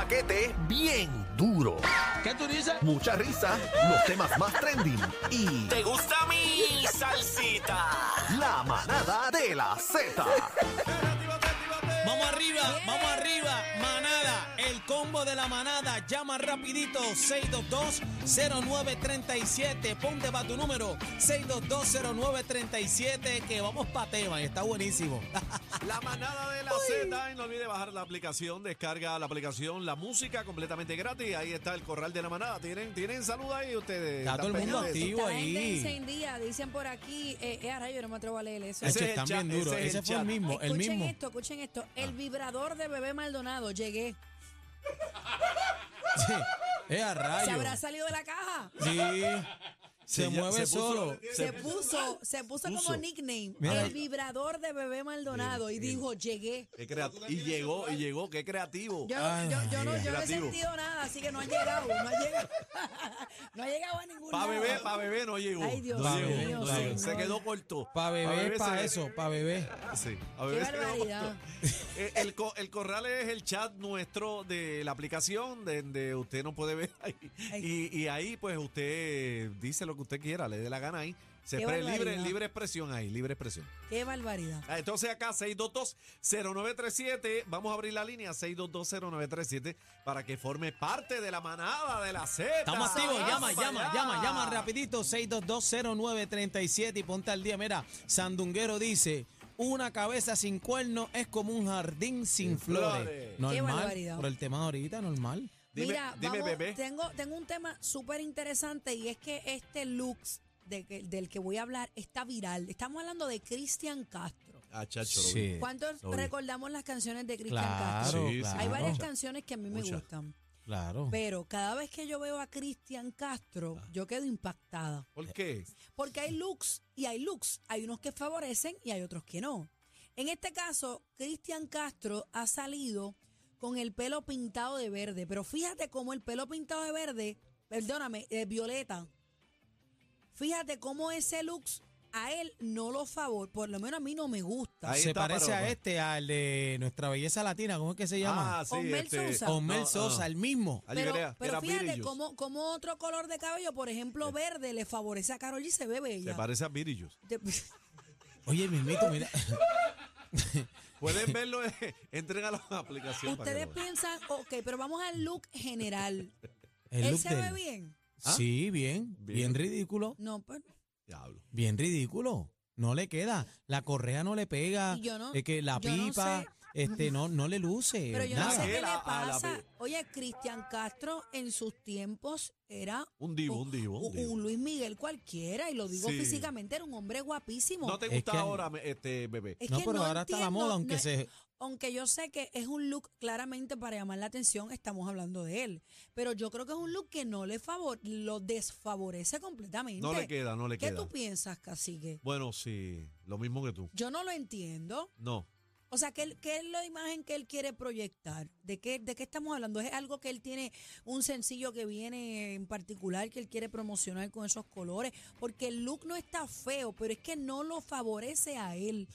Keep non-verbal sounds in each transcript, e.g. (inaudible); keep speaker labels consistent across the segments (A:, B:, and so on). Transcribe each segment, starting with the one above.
A: paquete bien duro.
B: ¿Qué tú dices?
A: Mucha risa, los temas más trending y
C: ¿Te gusta mi salsita?
A: la manada de la Z.
B: Vamos arriba, vamos arriba, manada, el combo de la manada, llama rapidito 622-0937, ponte para tu número 622-0937, que vamos para tema, y está buenísimo. (laughs)
D: La manada de la Z. Y Este no olvide bajar la aplicación. Descarga la aplicación, la música completamente gratis. Ahí está el corral de la manada. Tienen, tienen salud ahí ustedes.
B: Está todo el
D: ¿Están
B: mundo
D: pendientes de eso?
B: activo.
E: La gente
B: ahí.
E: dice en día, dicen por aquí, eh, eh, a rayo, no me atrevo a leer eso.
B: Ese
D: Ese es el
B: está
D: chat,
B: bien
D: ese
B: duro,
D: es
B: ese,
D: el
B: fue
D: chat.
B: el mismo, el
E: escuchen
B: mismo. Ah.
E: esto, escuchen esto. El vibrador de bebé Maldonado, llegué.
B: Sí, (laughs) es a
E: ¿Se
B: rayo.
E: habrá salido de la caja?
B: Sí, se
D: ya-
B: mueve
D: se puso-
B: solo.
E: Se puso, se puso como nickname,
B: Mira.
E: el vibrador de bebé Maldonado, y dijo, llegué.
D: Qué creat- y llegó, y llegó. Qué creativo.
E: Yo,
B: Ah, Ay,
E: yo, yo no, yo no he
D: Creativo.
E: sentido nada, así que no ha llegado, no ha llegado, (laughs) no ha llegado a ningún
D: Pa'
E: lado.
D: bebé, pa' bebé no llegó.
E: Ay, Dios
D: No
B: mío,
D: llegó, no
B: señor.
D: llegó. Se quedó corto.
B: Pa' bebé,
D: se
B: pa'
D: quedó-
B: eso, pa' bebé. este
D: Sí, a
E: Qué
D: bebé se quedó corto.
E: barbaridad.
D: Eh, El, co- el corral es el chat nuestro de la aplicación, de- donde usted no puede ver ahí.
E: Ay.
D: Y, y ahí, pues, usted dice lo que usted quiera, le dé la gana ahí. Se
E: Qué
D: pre- libre,
E: barbaridad.
D: libre expresión ahí, libre expresión.
E: Qué barbaridad.
D: Ah, Entonces acá 622-0937, vamos a abrir la línea 622-0937 para que forme parte de la manada de la Z.
B: Estamos activos, llama,
D: Vamos
B: llama,
D: allá.
B: llama, llama rapidito 6220937 y ponte al día. Mira, Sandunguero dice, una cabeza sin cuernos es como un jardín sin
D: Sin
B: flores.
D: flores.
E: Qué
B: Normal,
E: barbaridad.
B: por el tema de ahorita, normal.
D: Dime-
E: Mira,
D: dime,
E: vamos,
D: bebé.
E: Tengo, tengo un tema súper interesante y es que este looks de que- del que voy a hablar está viral. Estamos hablando de Cristian Castro.
D: Ah, chacho, lo vi.
B: Sí.
E: ¿Cuántos
D: lo vi.
E: recordamos las canciones de Cristian Castro?
B: Claro,
D: Sí, sí,
B: claro.
E: Hay varias canciones que a mí me
D: Muchas.
E: gustan,
B: Claro.
E: pero cada vez que yo veo a Cristian Castro,
D: Ah.
E: yo quedo impactada.
D: ¿Por qué?
E: Porque hay looks y hay looks. Hay unos que favorecen y hay otros que no. En este caso, Cristian Castro ha salido con el pelo pintado de verde. Pero fíjate cómo el pelo pintado de verde, perdóname, de violeta. Fíjate cómo ese looks a él no lo favor, por lo menos a mí no me gusta.
D: Ahí
B: se
D: está,
B: parece
D: pero-
B: a este, al de nuestra belleza latina, ¿cómo es que se llama?
D: Ah, sí,
E: Osmel
D: este,
E: Sousa.
B: Osmel
D: no, ah.
B: Sosa, el mismo.
D: Ah, yo
E: pero
D: quería-
E: pero
D: era
E: fíjate
D: Virillos.
E: cómo, cómo otro color de cabello, por ejemplo, verde, le favorece a Carol y se ve
D: Se
E: bella.
D: parece a Virillos. (laughs)
E: Te-
B: Oye, mismito, mira.
E: (laughs)
D: Pueden verlo, eh, entren a la aplicación. para que
E: Ustedes
D: lo vean.
E: piensan, ok, pero vamos al look general.
B: El
E: ¿Él
B: look
E: se
B: de
E: ve
B: él.
E: bien?
D: ¿Ah?
B: Sí, bien, bien,
D: Bien.
B: ridículo,
E: No, pues, pero
B: Eh,
D: Diablo.
B: bien ridículo. No le queda, la correa no le pega,
E: Y yo no-
B: es que la
E: yo no
B: pipa,
E: sé.
B: este, no, no le luce.
E: pero yo no
B: nada.
E: sé qué
D: Él
E: le
D: a- a la
E: pasa.
D: pe-
E: Oye, Cristian Castro en sus tiempos era
D: Un divo, un divo.
E: u-
D: Un divo.
E: un Luis Miguel cualquiera, y lo digo
D: Sí.
E: físicamente, era un hombre guapísimo.
D: ¿No te
B: Es
D: gusta
B: que-
D: ahora, me- este bebé?
E: Es
B: No,
E: que
B: pero ahora está la
E: entiendo,
B: moda, aunque
E: no-
B: se.
E: Aunque yo sé que es un look claramente para llamar la atención, estamos hablando de él. Pero yo creo que es un look que no le favor, lo desfavorece completamente.
D: No le queda, no le
E: ¿Qué
D: queda.
E: tú piensas, cacique?
D: Bueno, sí, lo mismo que tú.
E: Yo no lo entiendo.
D: No.
E: O sea, ¿qué, él- qué es la imagen que él quiere proyectar? ¿De qué, ¿De qué estamos hablando? ¿Es algo que él tiene, un sencillo que viene en particular que él quiere promocionar con esos colores? Porque el look no está feo, pero es que no lo favorece a él.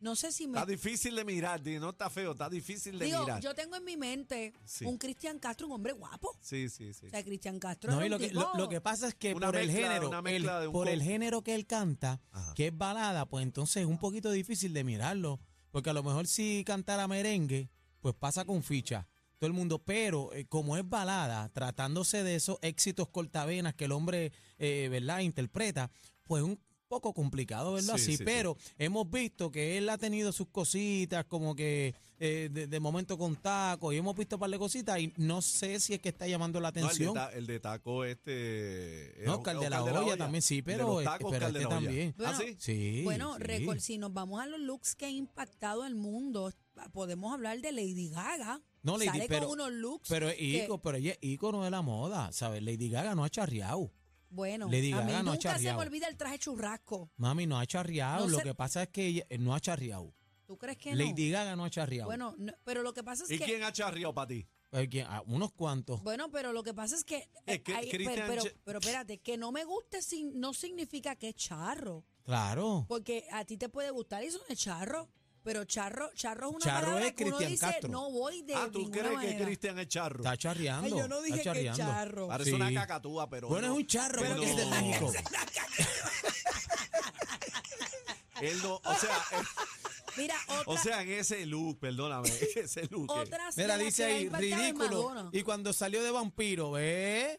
E: No sé si me...
D: Está difícil de mirar, di, no está feo, está difícil de
E: Digo,
D: mirar.
E: yo tengo en mi mente
D: Sí.
E: un Cristian Castro, un hombre guapo.
D: Sí, sí, sí.
E: O sea, Cristian Castro
B: No,
E: era
B: y lo
E: un
B: que,
E: tipo-
B: lo, lo que pasa es que
D: Una
B: por el
D: mezcla-
B: género,
D: una mezcla
B: el-
D: de un
B: por el
D: co-
B: género que él canta,
D: Ajá.
B: que es balada, pues entonces es un poquito difícil de mirarlo. Porque a lo mejor si cantara merengue, pues pasa con ficha. Todo el mundo, pero eh, como es balada, tratándose de esos éxitos cortavenas que el hombre, eh, ¿verdad?, interpreta, pues un poco complicado verlo
D: Sí,
B: así.
D: sí, sí.
B: pero hemos visto que él ha tenido sus cositas, como que eh, de, de momento con tacos, y hemos visto un par de cositas, y no sé si es que está llamando la
D: No, el, de
B: atención.
D: ta- el de taco este... era
B: No,
D: un-
B: Oscar de la
D: Oscar
B: Hoya también sí,
D: El de
B: pero
D: los
B: este-
D: tacos,
B: pero
D: Oscar de
B: este
D: la Hoya.
B: también.
D: ¿Ah,
E: Bueno,
D: sí?
B: Sí.
E: Bueno,
B: sí.
E: récord, si nos vamos a los looks que ha impactado al mundo, podemos hablar de Lady Gaga.
B: No, Lady,
E: Sale
B: pero-
E: con unos looks.
B: Pero es
E: que-
B: ícono, pero ella es ícono de la moda, ¿sabes? Lady Gaga no ha charreado.
E: Bueno,
B: Lady
E: a mí
B: Gaga "Ah, no ha
E: nunca se me
B: charreado.
E: olvida el traje churrasco.
B: Mami, no ha charreado.
E: No
B: Lo
E: sé-
B: que pasa es que ella eh, no ha charreado.
E: ¿Tú crees que
B: Lady Gaga no ha
E: no?
B: charreado.
E: Bueno, no- pero lo que pasa es
D: ¿Y
E: que
D: quién ha charriado para ti?
B: Eh, ¿quién? Ah, unos cuantos.
E: bueno, pero lo que pasa es que,
D: Es que
E: hay- pero,
D: Christian
E: pero,
D: Ch-
E: pero espérate, que no me guste sin- no significa que es charro,
B: Claro.
E: porque a ti te puede gustar y son charro, Pero charro, charro es una
B: Charro
E: palabra
B: es
E: que uno
B: Cristian
E: dice,
B: Castro.
E: no voy de
D: Ah, ¿tú
E: ninguna
D: crees que
E: manera.
D: Cristian es charro?
B: Está charreando.
E: Ay, yo no dije
B: está
E: que
B: charreando.
E: charro.
D: Parece
B: Sí.
D: una cacatúa, pero.
B: Bueno,
D: no.
B: es un charro,
D: Pero
B: porque es de
D: no.
B: México.
D: (laughs) Él no, o sea, él-
E: (laughs)
B: (laughs)
E: Mira, otra,
D: o sea, en ese look, perdóname, (laughs) ese look. eh.
E: otras
B: Mira,
E: de las
B: dice
E: que la
B: ahí,
E: impactaba es
B: ridículo.
E: Madonna.
B: Y cuando salió de vampiro, ¿ve?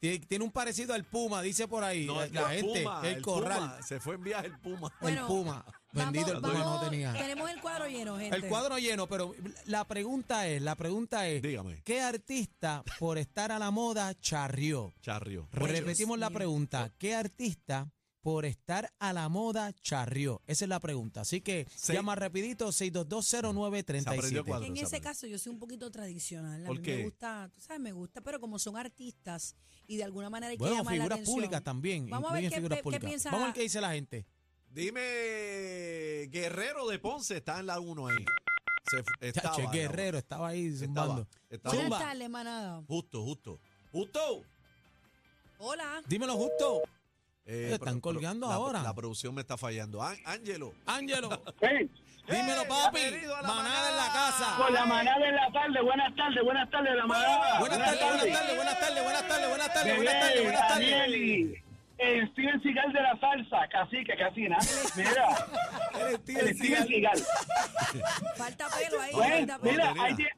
B: Tie- Tiene un parecido al Puma, dice por ahí.
D: No,
B: la
D: el,
B: la gente,
D: Puma,
B: el, corral,
D: Puma, se fue en viaje
B: (laughs)
D: el Puma.
E: Bueno,
B: el Puma. Bendito el
E: Vamos,
B: Puma
E: vamos,
B: no tenía.
E: Tenemos el cuadro lleno, gente.
B: El cuadro lleno, pero la pregunta es, la pregunta es,
D: Dígame,
B: ¿qué artista por estar a la moda charrió?
D: charrio.
B: Repetimos la
E: mío.
D: Pues
B: pregunta, ¿qué artista por estar a la moda charrió? Esa es la pregunta. Así que
D: Se-
B: llama rapidito
D: Se aprendió
B: 6220937.
D: cuadro.
E: Que en ese
D: Isabel.
E: caso yo soy un poquito tradicional. A
D: ¿Por
E: mí
D: qué?
E: me gusta, tú sabes, me gusta, pero como son artistas y de alguna manera hay que
B: Bueno,
E: llamar la
B: figuras
E: atención.
B: públicas también.
E: Vamos a ver
B: incluyen
E: qué
B: figuras
E: pe- qué
B: públicas.
E: piensa-
B: Vamos a ver qué dice la gente.
D: Dime, Guerrero de Ponce está en la 1 ahí. Se fu- estaba,
B: Chacho, el
D: estaba.
B: Guerrero estaba ahí zumbando.
D: Estaba, estaba.
E: Buenas
B: Zumba.
E: tardes, manada.
D: Justo, justo. Justo.
E: Hola.
B: Dímelo justo.
D: Eh,
B: Ellos están colgando
D: la-
B: ahora.
D: La producción me está fallando. Á- Ángelo. (laughs)
B: Ángelo,
F: Sí,
B: dímelo
D: ¡Ey,
B: papi.
D: bienvenido a la
B: Manada en la
D: manada!
B: casa.
F: con la manada en la tarde, buenas tardes, buenas tardes, la manada.
B: Buenas tardes, buenas tardes, buenas tardes, buenas tardes, buenas tardes, buenas tardes,
F: Bebé,
B: buenas
F: Daniel,
B: tardes.
F: y el Steven Seagal de la salsa, cacique, casina.
B: (laughs)
F: Mira, el Steven Seagal.
E: Falta pelo ahí.
F: Pues,
E: falta pelo.
F: mira,
D: Montería.
F: ahí tiene,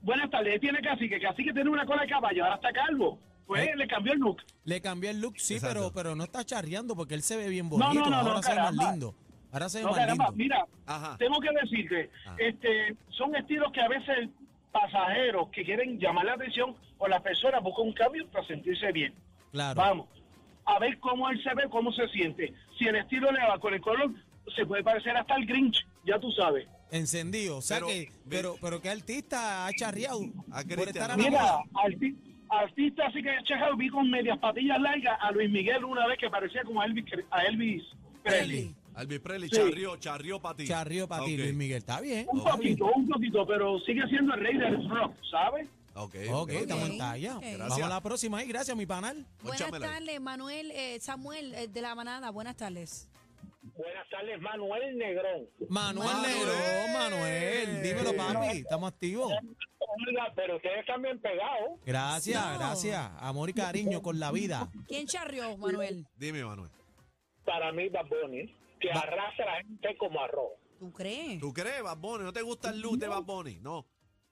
F: buenas tardes, ahí tiene cacique, cacique tiene una cola de caballo, ahora está calvo. Pues
B: ¿Eh?
F: le cambió el look.
B: Le cambió el look, sí,
D: Exacto.
B: pero, pero no está charreando porque él se ve bien
F: no,
B: bonito.
F: no,
B: Ahora
F: no,
B: se ve más
F: caramba.
B: lindo. Ahora se ve
F: No,
B: más
F: caramba,
B: lindo.
F: mira,
D: Ajá.
F: tengo que decir que
B: Ah.
D: Ajá.
F: este, son estilos que a veces pasajeros que quieren llamar la atención o las personas buscan un cambio para sentirse bien.
B: Claro.
F: Vamos, a ver cómo él se ve, cómo se siente. Si el estilo le va con el color, se puede parecer hasta el Grinch, ya tú sabes.
B: Encendido. O sea
D: Pero-
B: que, pero, pero qué artista ha charreado
D: A
B: por estar a la moda.
F: Mira, arti- artista así que checa, vi con medias patillas largas a Luis Miguel una vez que parecía como a Elvis, Cre- a Elvis Presley.
D: Albi Preli,
F: Sí.
D: charrió, charrió para ti.
B: Charrió para ti,
D: Ok,
B: Luis Miguel. Está bien.
F: Un
B: está bien.
F: poquito, un poquito, pero sigue siendo el rey del rock, ¿sabes?
D: Ok,
B: Ok,
D: ok.
B: estamos en
E: Ok,
B: talla.
E: ok.
B: Vamos a la próxima y gracias, mi panal.
E: Buenas
D: Pónchamela ahí.
E: tardes, Manuel, eh, Samuel eh, de la manada. Buenas tardes.
F: Buenas tardes, Manuel Negrón.
B: Manuel
D: Manuel.
B: Negro, Manuel. Dímelo, papi. Estamos activos.
F: Oiga, pero ustedes están bien pegados.
B: Gracias,
E: No.
B: gracias. Amor y cariño con la vida.
E: ¿Quién charrió, Manuel?
D: Dime, Manuel.
F: Para mí, Bad Bunny, que arrastra a la gente como arroz.
E: ¿Tú crees?
D: ¿Tú crees, Bad Bunny? ¿No te gusta el look de Bad Bunny? No.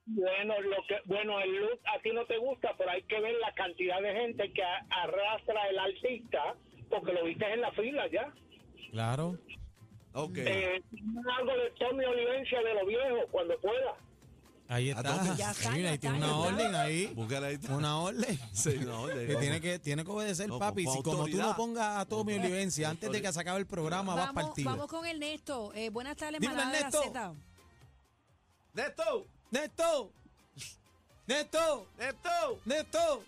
F: Bueno, lo que, bueno, el look a ti no te gusta, pero hay que ver la cantidad de gente que a- arrastra el artista, porque lo viste en la fila ya.
B: Claro.
D: Ok.
F: Eh, algo de Tommy Olivencia de lo viejo, cuando pueda.
B: Ahí
D: ¿A
B: está.
D: dónde?
E: Ya está,
B: Mira,
E: ya
B: ahí tiene
E: está,
B: una
E: ya está.
B: orden ahí.
D: Búscala ahí.
B: Una orden.
D: Sí,
B: (laughs)
D: no, de-
B: Que tiene que, tiene que obedecer,
D: No,
B: papi.
D: con
B: Si como tú no
D: autoridad.
B: pongas a Tommy Olivencia antes de que se acabe el programa, vas
E: Vamos,
B: partido.
E: vamos con Ernesto. Eh, buenas tardes,
B: Dímelo,
E: manada de la
B: Ernesto.
E: Z.
D: ¡Neto!
B: ¡Neto! ¡Neto!
D: ¡Neto!
B: ¡Neto!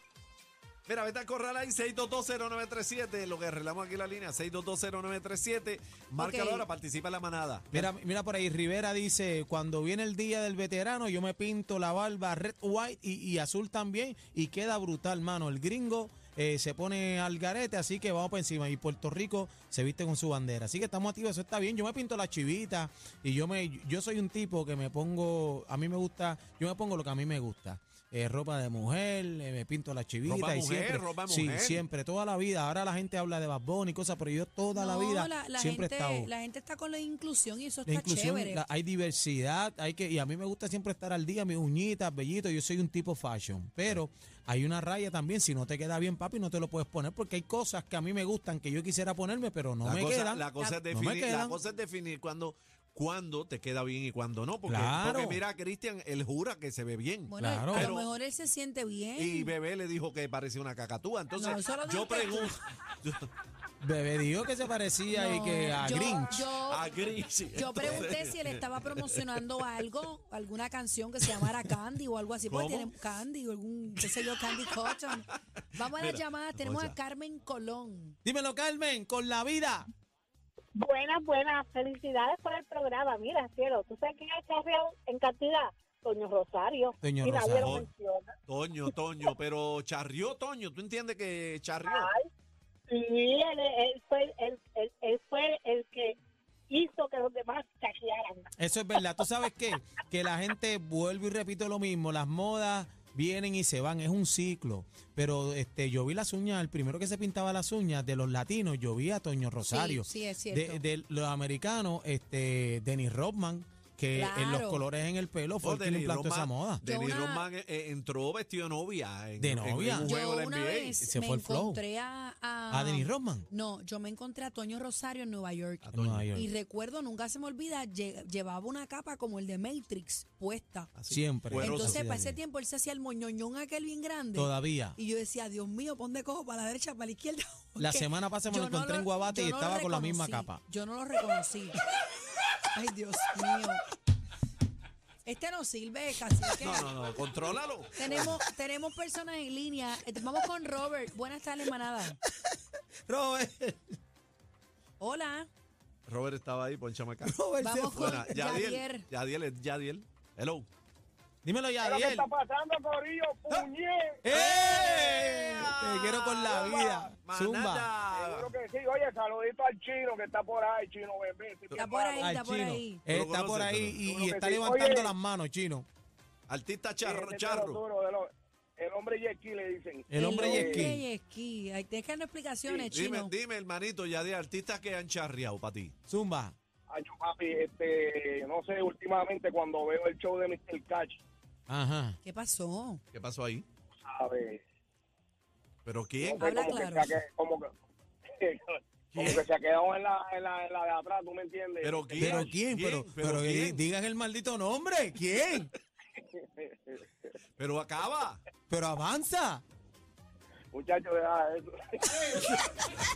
D: Mira, vete al corral ahí, 6220937. Lo que arreglamos aquí la línea, 6220937. Márcalo
E: Ok.
D: ahora, participa en la manada.
B: Mira, mira por ahí, Rivera dice, cuando viene el día del veterano, yo me pinto la barba red, white y, y azul también y queda brutal, mano. El gringo eh, se pone al garete, así que vamos por encima. Y Puerto Rico se viste con su bandera. Así que estamos activos, eso está bien. Yo me pinto la chivita y yo me yo soy un tipo que me pongo, a mí me gusta, yo me pongo lo que a mí me gusta. Eh, ropa de mujer, eh, me pinto la chivita
D: Ropa
B: y
D: mujer,
B: siempre,
D: ropa
B: sí,
D: mujer.
B: siempre, toda la vida. Ahora la gente habla de Bad Bunny y cosas, pero yo toda la
E: No,
B: vida
E: la, la
B: siempre he
E: gente,
B: estado
E: la gente está con la inclusión y eso
B: la
E: está
B: inclusión,
E: chévere.
B: la- hay diversidad, hay que y a mí me gusta siempre estar al día, mis uñitas, bellitos, yo soy un tipo fashion, pero hay una raya también, si no te queda bien, papi, no te lo puedes poner porque hay cosas que a mí me gustan que yo quisiera ponerme, pero no
D: la,
B: me
D: cosa,
B: quedan.
D: la cosa es
B: No me
D: definir, la
B: quedan.
D: cosa es definir cuándo, cuándo te queda bien y cuándo no. Porque,
B: Claro.
D: porque mira, Cristian, él jura que se ve bien.
E: Bueno,
B: Claro.
E: a
D: Pero-
E: lo mejor él se siente bien.
D: Y Bebé le dijo que parecía una cacatúa.
E: No,
D: Entonces,
E: eso lo
D: yo
E: dijiste tú.
D: pregunto
B: Bebé dijo que se parecía y
E: No,
B: que a
E: yo-
B: Grinch. Ah,
E: yo-
D: a Gris.
B: (laughs)
E: Yo pregunté si él estaba promocionando algo, alguna canción que se llamara Candy o algo así, porque
D: ¿Cómo?
E: tiene Candy o algún, qué sé yo, Candy Cotton. Vamos a las
D: Mira,
E: llamadas, tenemos
D: oye.
E: a Carmen Colón.
B: Dímelo, Carmen, con la vida.
G: Buenas, buenas. Felicidades por el programa. Mira, cielo, ¿tú sabes quién es charreado en cantidad? Toño Rosario.
B: Doña
G: y nadie
B: Rosario.
G: lo menciona.
D: Toño, Toño, pero charrió Toño. ¿Tú entiendes que charrió?
G: Sí, él, él fue, él, él- él fue el que hizo que los demás cachearan.
B: Eso es verdad. Tú sabes qué? que la gente vuelve y repito lo mismo. Las modas vienen y se van. Es un ciclo. Pero este, yo vi las uñas, el primero que se pintaba las uñas de los latinos, yo vi a Toño Rosario.
E: sí, es cierto.
B: de, de los americanos, este, Dennis Rodman, que en los
E: Claro.
B: colores en el pelo fue
D: Oh,
B: el que le
D: Dennis
B: implantó esa
D: Rodman-
B: moda.
E: Yo
D: Dennis
E: una-
D: Rodman eh, eh, entró vestido de novia. En,
B: De
D: en
B: novia.
D: un juego de
E: Yo
D: la
E: una
D: NBA.
E: vez
B: Se
E: me
B: fue el flow.
E: encontré a, a...
B: ¿A Dennis Rodman?
E: No, yo me encontré a Toño Rosario en Nueva York.
B: En Nueva York.
E: Y recuerdo, nunca se me olvida, lle- llevaba una capa como el de Matrix puesta.
D: Así,
B: Siempre.
D: cueroso.
E: Entonces, para ese
B: Todavía.
E: tiempo, él se hacía el moñoñón aquel bien grande.
B: Todavía.
E: Y yo decía, Dios mío, pon de cojo para la derecha, para la izquierda. (laughs)
B: La
E: porque
B: semana pasada me
E: yo
B: lo encontré en Guabate
E: yo
B: y
E: no lo
B: estaba con la misma
E: reconocí,
B: capa.
E: Yo no
B: (laughs)
E: lo reconocí. Ay, Dios mío. Este no sirve, casi
B: (laughs)
E: que...
D: No, no, no, contrólalo.
E: Tenemos, tenemos personas en línea. Eh, Vamos con Robert. Buenas tardes, manada.
B: Robert,
E: Hola.
D: Robert estaba ahí, ponchame acá.
B: Robert se
E: Vamos
B: fue.
E: con
D: Buena,
E: Javier.
D: Yadiel. Yadiel, es Yadiel. Hello.
B: Dímelo,
F: ¿Qué
B: Yadiel.
F: está pasando, Corillo? ¡Puñe!
B: ¡Eh! Te quiero con la vida. Zumba.
D: Manada.
F: Seguro que sí. Oye, saludito al chino que está por ahí, chino bebé. estoy
E: Está por ahí.
F: preparado.
B: Al
E: por
B: chino.
D: Tú
E: ahí.
D: lo
B: Está por
D: conoces,
B: ahí
D: tú
B: y,
F: lo
B: y
F: conoces.
B: está levantando
F: Oye.
B: las manos, chino.
D: Artista
F: Sí,
D: charro,
F: este es de los
D: charro.
F: duros, de los- el hombre Yequi le dicen. Eh,
B: El hombre
E: y
B: yesquí.
E: esquí. Hay que darnos explicaciones,
D: Dime,
E: chino.
D: dime, hermanito, ya de artistas que han charreado para ti.
B: Zumba.
F: Ay, yo, papi, este, no sé, últimamente cuando veo el show de Mr. Catch,
B: Ajá.
E: ¿Qué pasó?
D: ¿Qué pasó ahí?
F: ¿sabes?
D: ¿Pero
F: No
D: quién?
F: sé,
E: Habla
F: como
E: claro.
F: Que se ha, que- como que, (laughs) como
D: ¿Quién?
F: que se ha quedado en la, en, la, en la de atrás, ¿tú me entiendes?
D: ¿Pero quién?
B: ¿Pero quién? Pero,
D: ¿Quién?
B: pero,
D: ¿Pero
B: eh,
D: quién?
B: digan el maldito nombre. ¿Quién?
D: Pero acaba.
B: Pero avanza.
F: Muchachos, deja eso.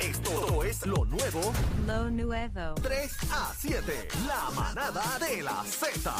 A: Esto es lo nuevo
H: Lo nuevo.
A: 3 a 7. La manada de la Z.